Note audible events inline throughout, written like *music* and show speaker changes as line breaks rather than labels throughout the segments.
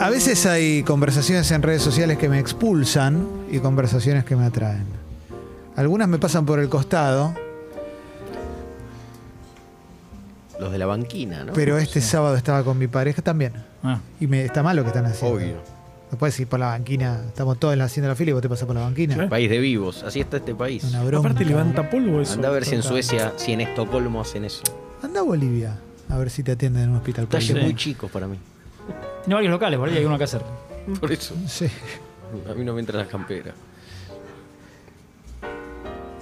A veces hay conversaciones en redes sociales que me expulsan y conversaciones que me atraen. Algunas me pasan por el costado,
Los de la banquina, ¿no?
pero este sábado estaba con mi pareja también.
Ah,
Y me, está mal lo que están haciendo.
Obvio.
No puedes ir por la banquina, estamos todos haciendo la fila y vos te pasás por la banquina.
País de vivos, así está este país.
Una bronca.
Aparte levanta polvo eso.
Anda a ver si en
Total.
Suecia, si en Estocolmo hacen eso.
Anda a Bolivia a ver si te atienden en un hospital.
Talles
Sí.
muy chicos para mí.
tiene varios locales, por ahí hay uno que hacer.
Por eso.
Sí.
A mí no me entran las camperas.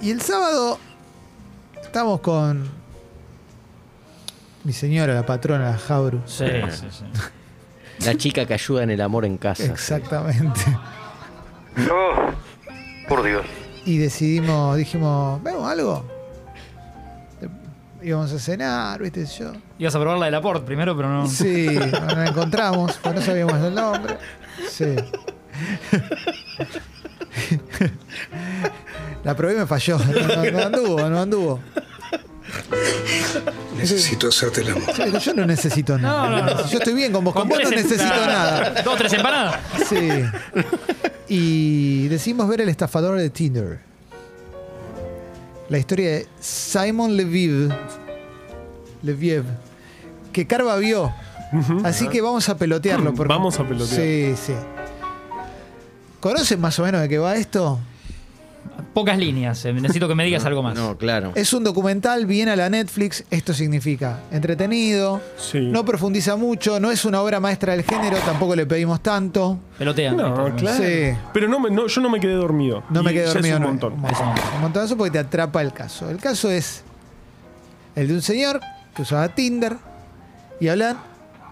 Y el sábado estamos con mi señora, la patrona, la Jauru.
Sí, sí, sí.
La chica que ayuda en el amor en casa.
Exactamente.
Oh, por Dios.
Y decidimos, dijimos, ¿vemos algo? Eh, Íbamos a cenar, viste yo.
Ibas a probar la del aporte primero, pero no.
Sí, nos la encontramos, pues no sabíamos el nombre. Sí. La probé y me falló. No, no- no anduvo, no anduvo.
Necesito hacerte el amor.
Yo- Yo no necesito nada.
No, no, no.
Yo estoy bien con vos. Con, vos no
tres
necesito
empanadas.
nada.
Dos, tres empanadas.
Sí. Y decimos ver el estafador de Tinder. La historia de Simon Leviev. Leviev. Que Carva vio. Así que vamos a pelotearlo. porque-
Vamos a pelotear.
Sí, sí. ¿Conocen más o menos de qué va esto?
Pocas líneas, eh, necesito que me digas algo más.
No, claro.
Es un documental, bien a la Netflix. Esto significa entretenido.
Sí.
No profundiza mucho. No es una obra maestra del género. Tampoco le pedimos tanto.
Pelotea.
No, claro.
Sí.
Pero no, me- no, yo no me quedé dormido.
No me
Y
quedé
ya
dormido.
Es un
no.
montón.
Un montonazo porque te atrapa el caso. El caso es el de un señor que usaba Tinder y hablan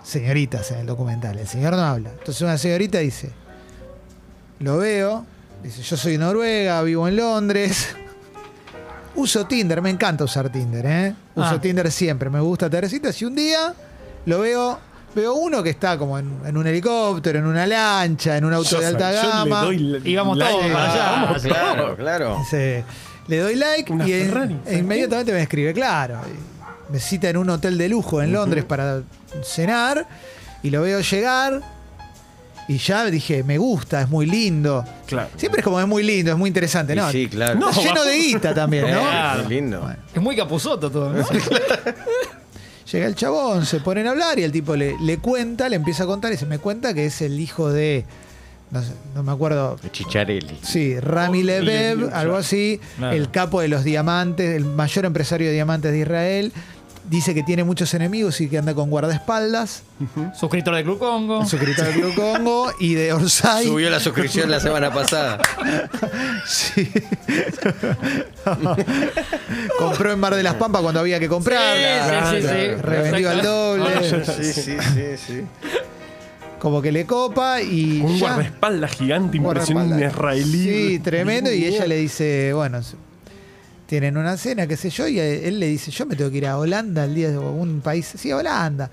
señoritas en el documental. El señor no habla. Entonces una señorita dice, lo veo, dice, yo soy noruega, vivo en Londres. *laughs* Uso Tinder, me encanta usar Tinder, ¿eh? Uso
Ah.
Tinder siempre, me gusta tener citas y un día lo veo, veo uno que está como en, en un helicóptero, en una lancha, en un auto
Yo
de
sé,
alta
yo le
gama.
doy la-
Y vamos
la-
todos para allá.
Vamos
Sí.
Ah, Claro, claro.
Dice, le doy like
Una
y en-
Ferrari,
e inmediatamente me escribe, claro. y Me cita en un hotel de lujo en Londres para cenar y lo veo llegar y ya dije, me gusta, es muy lindo.
Claro.
Siempre es como es muy lindo, es muy interesante,
Y
¿no?
sí, claro.
Está
No,
lleno
vamos.
de guita también, ¿no?
Claro.
Qué lindo.
Es muy capuzoto todo. ¿no?
Llega el chabón, se ponen a hablar y el tipo le, le cuenta, le empieza a contar y se me cuenta que es el hijo de, no, sé, no me acuerdo,
Chicharelli.
Sí, Rami Lebev, algo así,
Claro.
el capo de los diamantes, el mayor empresario de diamantes de Israel. Dice que tiene muchos enemigos y que anda con guardaespaldas,
Suscriptor de Club Congo.
suscriptor del Club Congo y de Orsay.
Subió la suscripción la semana pasada.
*laughs* Sí. *laughs* Compró en Mar de las Pampas cuando había que comprar.
Sí, sí, sí, sí.
Revendió al doble.
Sí, sí, sí, sí.
Como que le copa y.
Un
ya.
guardaespaldas gigante, impresionante,
Guardaespaldas.
israelí.
Sí, tremendo. Y ella le dice, bueno, s- tienen una cena, qué sé yo, y a- él le dice, yo me tengo que ir a Holanda el día de o un país, sí, a Holanda.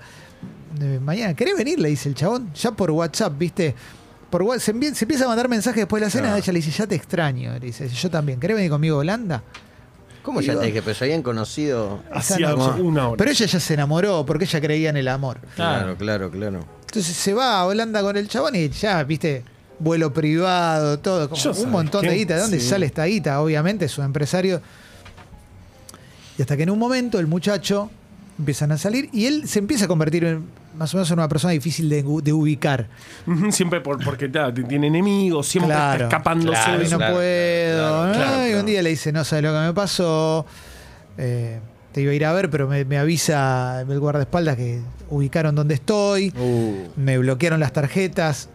Eh, Mañana, ¿querés venir? Le dice el chabón, ya por WhatsApp, ¿viste? Por, wa- se, envi- se empieza a mandar mensajes después de la cena, ella le dice, ya te extraño. Le dice, yo también, ¿querés venir conmigo a Holanda?
¿Cómo ya te dije? Pero se habían conocido.
Hacía
Esa noche.
una hora.
Pero ella ya se enamoró porque ella creía en el amor.
Claro, claro, claro.
Entonces se va a Holanda con el chabón y ya, viste, vuelo privado, todo, como
Yo
un
sabés
montón de
qué,
guita. ¿De dónde
sí.
sale esta guita? Obviamente, es un empresario. Y hasta que en un momento el muchacho empiezan a salir y él se empieza a convertir en más o menos en una persona difícil de, u- de ubicar.
Ujú, Siempre por, porque claro, te- tiene enemigos, siempre
Claro.
está escapándose.
Claro,
de
Hoy no
eso.
claro,
puedo.
claro,
¿no?
claro,
y
claro.
un día le dice, no sabes lo que me pasó. Eh, te iba a ir a ver, pero me, me avisa el guardaespaldas que ubicaron donde estoy.
Uh.
Me bloquearon las tarjetas.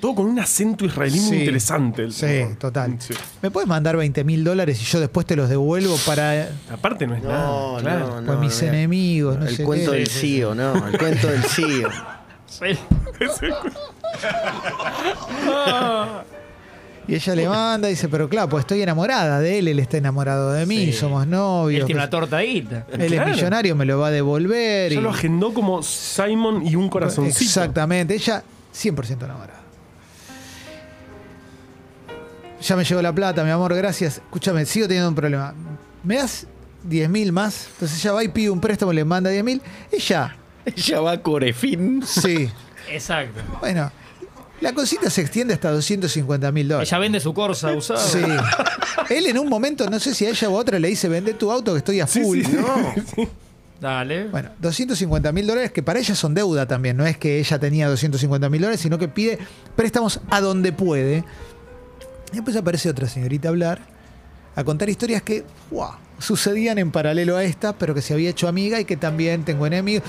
Todo con un acento israelí muy
Sí.
interesante. el
Sí,
señor.
total.
Sí.
¿Me puedes mandar 20 mil dólares y yo después te los devuelvo para
Aparte no es nada. Claro.
para Ah, Pues mis enemigos? No
el
sé
cuento
qué?
del CEO, ¿no? El cuento
*laughs*
del CEO.
Sí.
Y ella le manda y dice, pero claro, pues estoy enamorada de él, él está enamorado de mí, somos novios.
Él tiene una
que-
tortadita.
él
Claro.
es millonario, me lo va a devolver.
Ya
y-
lo agendó como Simon y un corazoncito.
Exactamente, ella 100% enamorada. Ya me llegó la plata, mi amor, gracias. Escúchame, sigo teniendo un problema. ¿Me das 10 mil más?
*laughs*
Entonces ella va y pide un préstamo, le manda 10 mil. Ella
Ella va a Corefin.
Sí.
Exacto.
Bueno, la cosita se extiende hasta 250 mil dólares.
Ella vende su Corsa usada.
Sí. Él en un momento, no sé si a ella u a otra le dice, vende tu auto que estoy a
Sí,
full.
sí.
Dale.
Bueno, 250 mil dólares que para ella son deuda también. No es que ella tenía 250 mil dólares, sino que pide préstamos a donde puede. Y después aparece otra señorita a hablar, a contar historias que ¡guau! sucedían en paralelo a esta, pero que se había hecho amiga y que también tengo enemigos.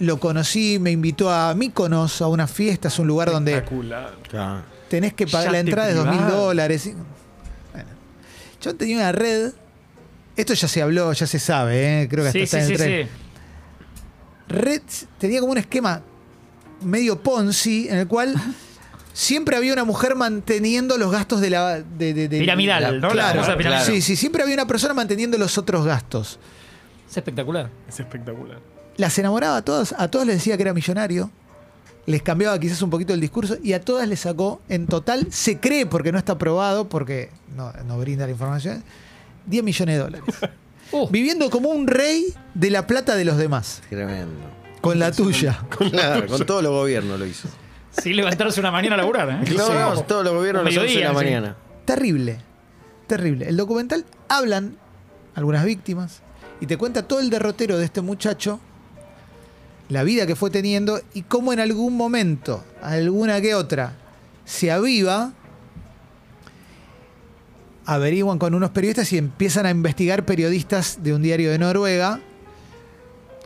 Lo conocí, me invitó a Míconos, a unas fiestas, un lugar donde
Espectacular.
Claro.
tenés que
Ya
pagar la
te
entrada de dos mil
privás.
dólares. Y- Bueno. yo tenía una red. Esto ya se habló, ya se sabe, ¿eh? creo que hasta
sí,
está
sí,
en
sí,
el tren.
sí.
Red tenía como un esquema medio Ponzi en el
*laughs*
cual siempre había una mujer manteniendo los gastos de la. de- de- de-
Piramidal,
la-
¿no? La
Claro,
famosa piramidal.
Sí, sí, siempre había una persona manteniendo los otros gastos.
Es espectacular.
Es espectacular.
Las enamoraba a todas, a todas les decía que era millonario. Les cambiaba quizás un poquito el discurso y a todas les sacó en total, se cree porque no está probado, porque no, no brinda la información, 10 millones de *laughs* dólares.
Uh,
Viviendo como un rey de la plata de los demás,
Tremendo.
con la tuya.
Claro, con todos los gobiernos lo hizo.
sí, levantarse una mañana a laburar, ¿eh?
No, no, todos los gobiernos
Un
lo hizo de
mediodía,
la
sí.
mañana.
Terrible, terrible. El documental hablan algunas víctimas y te cuenta todo el derrotero de este muchacho, la vida que fue teniendo y cómo en algún momento, alguna que otra, se aviva. Averiguan con unos periodistas y empiezan a investigar periodistas de un diario de Noruega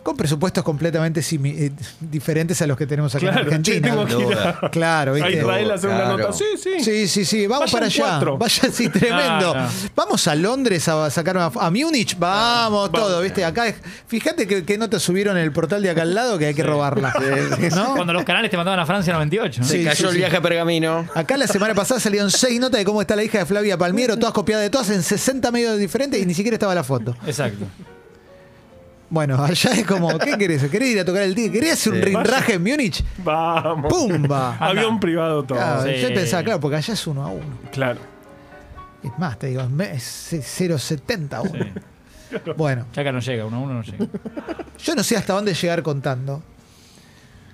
con presupuestos completamente simi- eh, diferentes a los que tenemos acá en
Claro, che,
Argentina.
tengo que ir a-
Claro,
a
¿viste?
Israel a hacer una
Claro.
nota. Sí, sí.
Sí, sí, sí, vamos
Vayan
para allá. *laughs*
cuatro.
Vaya, sí, tremendo.
Ah,
Vamos a Londres a sacar una. A Múnich, vamos, todo, ¿viste? Acá, es- fíjate que, que no te subieron en el portal de acá al lado que hay que robarla. ¿no?
Cuando los canales te mandaban a Francia 98. ¿no?
Sí,
Se
sí,
cayó el
sí.
viaje a Pergamino.
Acá la semana pasada salieron seis notas de cómo está la hija de Flavia Palmiero, todas copiadas de todas en 60 medios diferentes y ni siquiera estaba la foto.
Exacto.
Bueno, allá es como, ¿qué querés? ¿Querés ir a tocar el día? ¿Querés hacer un
Sí.
rinraje en Múnich?
Vamos.
¡Pumba!
Avión privado todo.
Claro,
Sí.
Yo pensaba, claro, porque allá es uno a uno.
Claro.
Es más, te digo, es me- es 0,70 a uno. Bueno.
Ya acá no llega, uno a uno no llega.
Yo no sé hasta dónde llegar contando.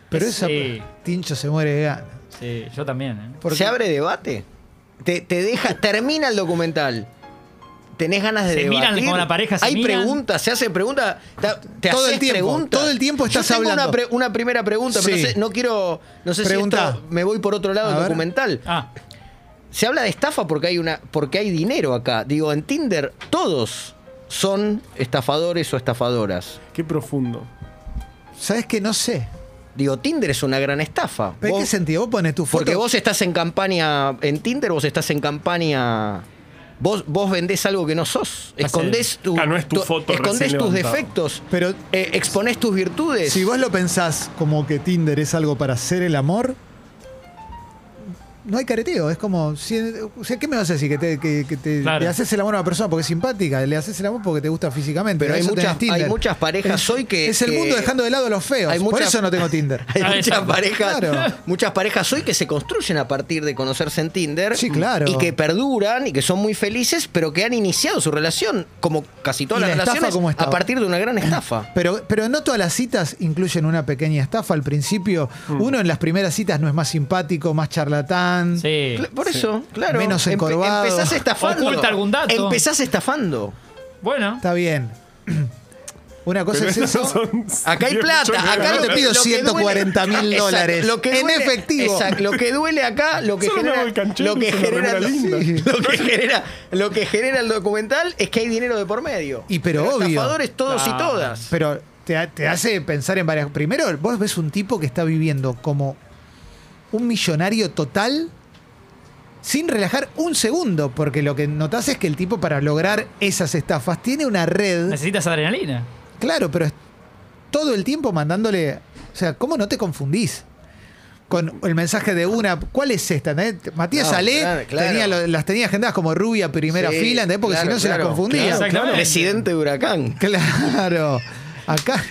Pero esa
Sí.
Tincho se muere de gana.
Sí, yo también, ¿eh?
Porque-
¿Se abre debate? Te, te deja, termina el documental. Tenés ganas de
Se miran
debatir.
como una pareja, se
Hay
miran.
preguntas, se hacen preguntas. ta- Te
Todo el
haces
tiempo,
preguntas.
todo el tiempo estás
Yo tengo
hablando.
Una, pre- una primera pregunta, pero
Sí.
no, sé- no quiero. No sé
Preguntá.
si esto- me voy por otro lado
A
del
ver.
documental.
Ah,
Se habla de estafa porque hay una, porque hay dinero acá. Digo, en Tinder todos son estafadores o estafadoras.
Qué profundo.
¿Sabes que No sé.
Digo, Tinder es una gran estafa.
¿Pero en
Vos-
qué sentido? Vos pones tu foto.
Porque vos estás en campaña en Tinder, vos estás en campaña. Vos, vos vendés algo que no sos.
Hace-
Escondés, tu-
Ah, no es tu foto
escondés
recién
tus
levantado.
defectos.
Pero-
eh, exponés tus virtudes.
Si vos lo pensás como que Tinder es algo para hacer el amor, no hay careteo. Es como. si- o sea, ¿Qué me vas a decir? Que, te, que- que te-
Claro.
le haces el amor a una persona porque es simpática, le haces el amor porque te gusta físicamente.
Pero hay
Eso tenés
muchas-
Tinder.
hay muchas parejas
Es-
hoy que-
Es el
que-
mundo dejando de lado a los feos.
hay
Por
muchas-
eso no tengo
*laughs*
Tinder.
Hay
Ah,
muchas
exacto.
parejas,
Claro.
muchas parejas hoy que se construyen a partir de conocerse en Tinder
Sí, claro.
y que perduran y que son muy felices, pero que han iniciado su relación, como casi
¿Y
todas las
la estafa
relaciones,
cómo estaba?
a partir de una gran estafa.
Pero, pero no todas las citas incluyen una pequeña estafa al principio.
Mm.
Uno en las primeras citas no es más simpático, más charlatán.
sí.
Cla- Por eso, claro.
Menos encorvado.
empezás estafando.
Oculta algún dato.
Empezás estafando.
Bueno,
Está bien. *clears throat* Una cosa
Pero
es
estos
eso.
*laughs* son
Acá hay
10
plata.
millones de
Acá
no
lo-
te pido
lo que duele-
140.000
Exacto,
dólares.
lo
En
que duele-
efectivo.
exacto, lo que duele acá, lo que
Solo me
genera.
hago el canchero
Lo que
y se me
genera.
remera linda.
Sí.
*laughs* Lo que genera. Lo que genera el documental es que hay dinero de por medio.
Y pero obvio.
Estafadores todos
Ah.
y
Claro.
todas.
Pero te, ha- te hace pensar en varias. Primero, vos ves un tipo que está viviendo como un millonario total sin relajar un segundo, porque lo que notás es que el tipo para lograr esas estafas tiene una red.
necesitas adrenalina.
Claro, pero es todo el tiempo mandándole. O sea, ¿cómo no te confundís? Con el mensaje de una. ¿Cuál es esta? ¿entendés? Matías
No,
Ale
claro, claro.
tenía lo- las tenía agendadas como rubia primera
Sí,
fila, ¿entendés? Porque
claro,
si no se las
claro.
confundía.
Claro,
Claro.
Exactamente.
Presidente de Huracán.
Acá.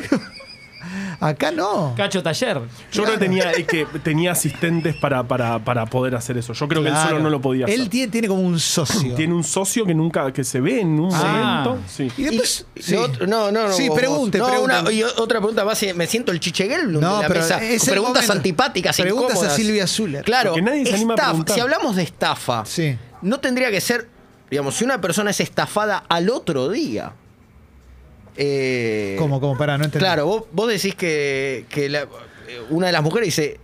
Acá no.
Cacho Taller.
Yo creo que tenía, es que tenía asistentes para, para, para poder hacer eso. Yo creo que él
Claro.
solo no lo podía hacer.
Él tiene, tiene como un socio.
Tiene un socio que nunca que se ve en un
Ah.
momento. Sí.
Y después.
Y-
sí.
lo otro- No, no, no.
Sí,
vos,
pregunte,
vos. No,
pregunte.
una- y o- otra pregunta más. eh, Me siento el chicheguel
No,
de la
pero
mesa.
es el
Preguntas
momento.
antipáticas,
Preguntas a
incómodas.
Silvia Zuller.
Claro.
Porque nadie se anima a
estafa.
preguntar.
Si hablamos de estafa,
Sí.
no tendría que ser, digamos, si una persona es estafada al otro día. Eh,
Como, como, para no entender.
Claro, vos, vos decís que, que la- eh, una de las mujeres dice,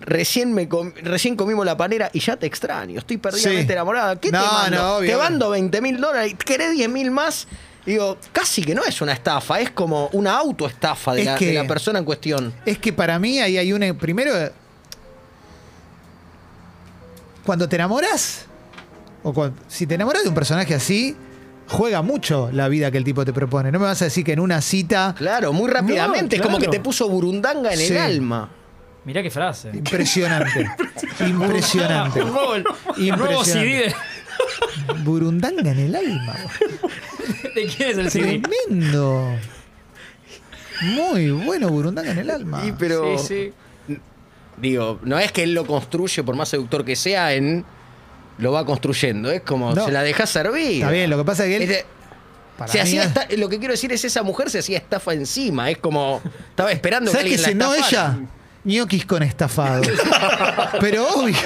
recién, me com- recién comimos la panera y ya te extraño, estoy perdidamente
Sí.
enamorada. ¿Qué
No,
te mando?
no, obvio,
te
obvio.
mando 20 mil dólares, ¿querés 10 mil más? Digo, casi que no es una estafa, es como una autoestafa de,
Es
la-
que-
de la persona en cuestión.
Es que para mí ahí hay una. Primero. Cuando te enamoras. O cuan- si te enamoras de un personaje así. Juega mucho la vida que el tipo te propone. No me vas a decir que en una cita.
Claro, muy rápidamente, es como que
claro.
te puso burundanga en
Sí.
el alma.
Mirá qué frase.
*laughs*
Impresionante. Impresionante.
Un nuevo, un nuevo CD
Impresionante. Burundanga en el alma.
de, de quién es el CD.
Tremendo. Muy bueno, Burundanga en el alma.
Y pero,
Ah, Sí, sí.
digo, no es que él lo construye, por más seductor que sea, en lo va construyendo, es como
No.
se la deja servir.
Está bien, lo que pasa es que él.
Este-
para
Se
mí
hacía
es-
esta- lo que quiero decir es esa mujer se hacía estafa encima. Es como. Estaba esperando
¿Sabes
que
qué
alguien la
cenó
estafara. *laughs*
ella? Ñoquis con estafado. Pero obvio.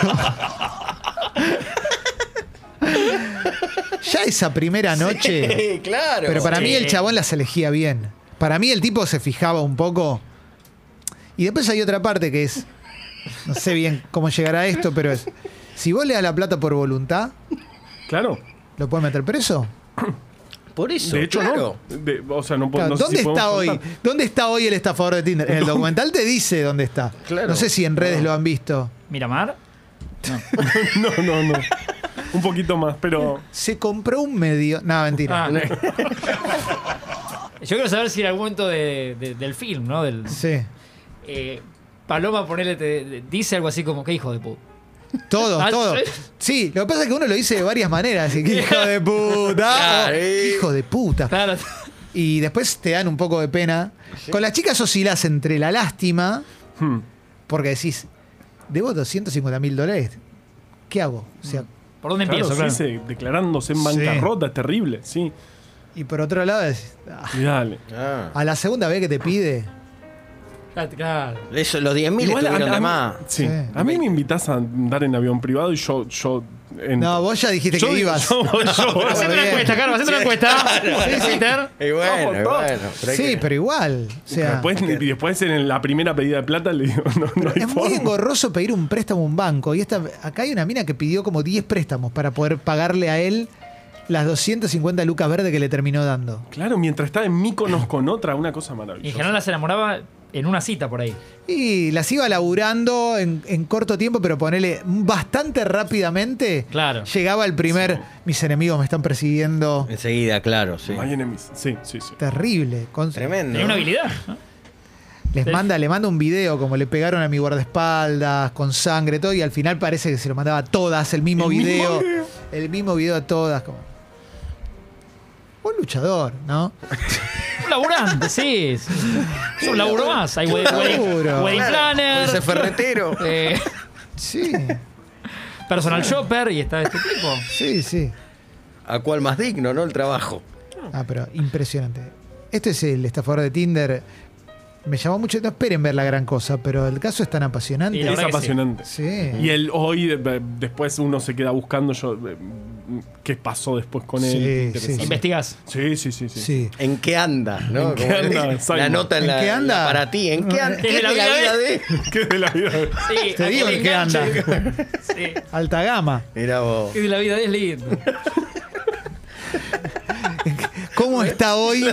ya esa primera noche.
Sí, claro.
Pero para mí
Sí.
el chabón las elegía bien. Para mí el tipo se fijaba un poco. Y después hay otra parte que es. No sé bien cómo llegará a esto, pero es. Si vos le das la plata por voluntad,
Claro.
¿lo puedes meter preso?
Por eso.
De hecho,
claro.
no. De- o sea, no, po-
Claro,
no sé
¿Dónde
si podemos
está hoy?
contar.
¿Dónde está hoy el estafador de Tinder? En el documental te dice dónde está.
Claro.
No sé si en redes lo han visto.
Miramar. No.
*laughs* No, no, no. Un poquito más, pero.
Se compró un medio. No, mentira.
Ah. Yo quiero saber si en algún momento de- de- del film, ¿no? Del,
Sí.
eh, Paloma, ponele, te- te- dice algo así como, ¿qué hijo de puta?
Todo,
Ah,
todo.
sí.
Sí, lo que pasa es que uno lo dice de varias maneras. así que hijo de puta.
Claro,
o,
eh.
hijo de puta.
Claro.
Y después te dan un poco de pena. Con las chicas oscilás entre la lástima,
hmm,
porque decís, debo 250 mil dólares. ¿Qué hago? O sea,
¿Por dónde
Claro,
empiezo? Claro.
sí, se- declarándose en
Sí.
bancarrota, es terrible, sí.
y por otro lado, decís, "Ah".
Y dale.
Ah,
a la segunda vez que te pide,
Claro, claro.
eso, los 10.000
Igual a,
estuvieron
a
de
mí-
más.
sí.
Sí.
a mí me invitas a andar en avión privado y yo. yo en-
no, vos ya dijiste
yo
que
digo,
ibas.
*laughs* yo-
*laughs*
yo-
Hacete
bien.
una encuesta, Carlos, hacete una encuesta. Sí, Peter.
Y bueno, y
todo.
bueno. pero hay
sí,
que-
pero igual. O sea,
después, y después en la primera pedida de plata le digo, *laughs* no, no hay
es muy
forma.
engorroso pedir un préstamo a un banco. Y esta, acá hay una mina que pidió como 10 préstamos para poder pagarle a él las 250 lucas verdes que le terminó dando.
Claro, mientras está en Míconos con otra, una cosa
Y en
maravillosa.
general las enamoraba en una cita por ahí.
Y las iba laburando en, en corto tiempo, pero ponele bastante rápidamente.
Claro.
Llegaba el primer, mis enemigos me están persiguiendo.
Enseguida, claro, sí.
My enemies. Sí, sí, sí.
Terrible. Con-
Tremendo.
Tenía una habilidad. ¿no?
les manda, le manda un video como le pegaron a mi guardaespaldas, con sangre, todo, y al final parece que se lo mandaba a todas, el mismo
El mismo
video.
video.
El mismo video a todas, como. Un luchador, ¿no?
Un laburante, sí. sí. Es un laburo más. Hay wedding,
laburo.
wedding, wedding
Claro,
planner.
Ese ferretero.
eh,
Sí,
personal shopper y está de este tipo.
sí, sí.
A cual más digno, ¿no? El trabajo.
Ah, pero impresionante. Este es el estafador de Tinder. Me llamó mucho. No esperen ver la gran cosa, pero el caso es tan
Y la
apasionante.
Es
verdad que sí.
apasionante.
Sí.
Y el hoy, eh, después uno se queda buscando yo eh, qué pasó después con
Sí,
él.
sí, sí.
Interesante.
Investigás.
Sí, sí, sí, sí.
Sí.
¿En qué anda? ¿no?
¿En qué
Como le-
anda,
La
Simon?
nota en,
¿En
la,
qué anda?
la para ti. ¿En qué anda?
Desde
¿Qué es
la
de la
vida
vida de?
*laughs* ¿Qué de la vida?
Sí,
Te digo en qué anda.
Sí.
Alta gama.
Mira vos.
Que la vida de él es lindo.
¿Cómo está hoy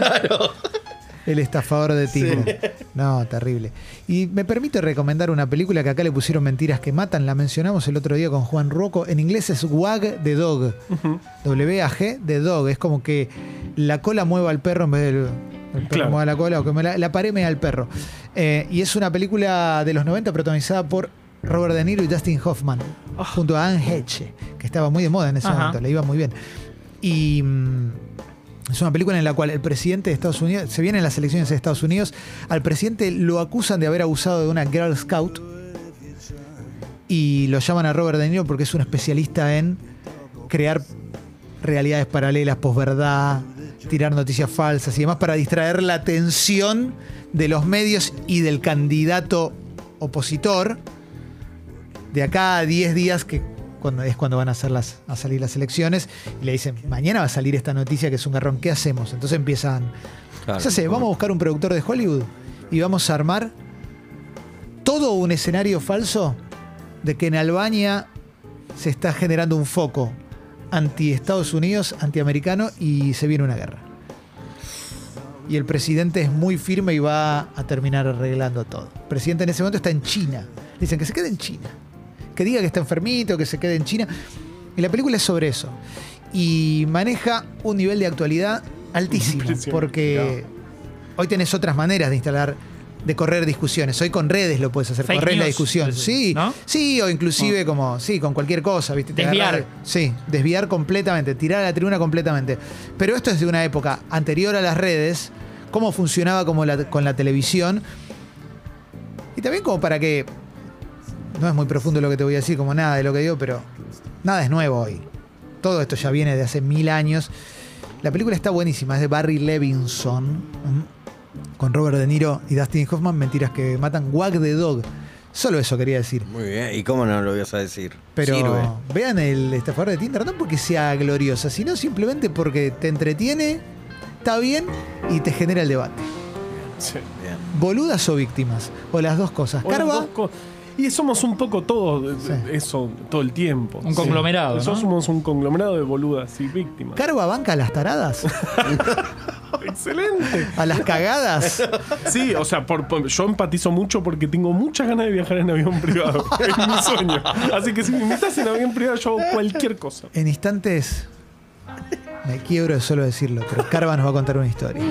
el estafador de Tinder? No, terrible. Y me permite recomendar una película que acá le pusieron Mentiras que Matan. La mencionamos el otro día con Juan Rocco. En inglés es Wag the Dog. W-A-G de Dog. Es como que la cola mueva al perro en vez del. El perro
Claro.
mueva la cola o que me la, la pared me da al perro. Eh, y es una película de los 90 protagonizada por Robert De Niro y Dustin Hoffman. Junto a Anne Heche, que estaba muy de moda en ese
Ajá.
momento. Le iba muy bien. Y. mm, Es una película en la cual el presidente de Estados Unidos, se vienen las elecciones de Estados Unidos, al presidente lo acusan de haber abusado de una Girl Scout y lo llaman a Robert De Niro porque es un especialista en crear realidades paralelas, posverdad, tirar noticias falsas y demás para distraer la atención de los medios y del candidato opositor de acá a 10 días que cuando, es cuando van a, hacer las, a salir las elecciones y le dicen, mañana va a salir esta noticia que es un garrón, ¿qué hacemos? Entonces empiezan,
Claro.
ya sé, vamos a buscar un productor de Hollywood y vamos a armar todo un escenario falso de que en Albania se está generando un foco anti Estados Unidos, antiamericano y se viene una guerra. Y el presidente es muy firme y va a terminar arreglando todo. El presidente en ese momento está en China. Dicen que se quede en China. Que diga que está enfermito, que se quede en China. Y la película es sobre eso. Y maneja un nivel de actualidad altísimo.
Impresionante.
Porque hoy tenés otras maneras de instalar, de correr discusiones. Hoy con redes lo puedes hacer,
Fake
correr la
news,
discusión.
es-
Sí,
¿no?
sí, o inclusive como, sí, con cualquier cosa, ¿viste? Te
Desviar.
agarra- sí, desviar completamente, tirar a la tribuna completamente. Pero esto es de una época anterior a las redes, cómo funcionaba como la- con la televisión. Y también como para que. No es muy profundo lo que te voy a decir, como nada de lo que digo, pero nada es nuevo hoy. Todo esto ya viene de hace mil años. La película está buenísima, es de Barry Levinson, ¿m? con Robert De Niro y Dustin Hoffman, mentiras que matan, Wag the Dog. Solo eso quería decir.
Muy bien, ¿y cómo no lo vas a decir?
Pero
Sirve.
vean el estafador de Tinder, no porque sea gloriosa, sino simplemente porque te entretiene, está bien y te genera el debate.
Sí.
Bien.
Boludas o víctimas, o las dos cosas.
O las
Carva,
dos co- Y somos un poco todos
Sí.
eh, eso todo el tiempo.
Un conglomerado,
Nosotros
¿no?
somos un conglomerado de boludas y víctimas.
Carva banca a las taradas,
Excelente.
a
*laughs*
las cagadas.
Sí, o sea, por- por- yo empatizo mucho porque tengo muchas ganas de viajar en avión privado. *laughs* es mi sueño. Así que si me invitas en avión privado, yo hago cualquier cosa.
En instantes, me quiebro de solo decirlo, pero Carva nos va a contar una historia.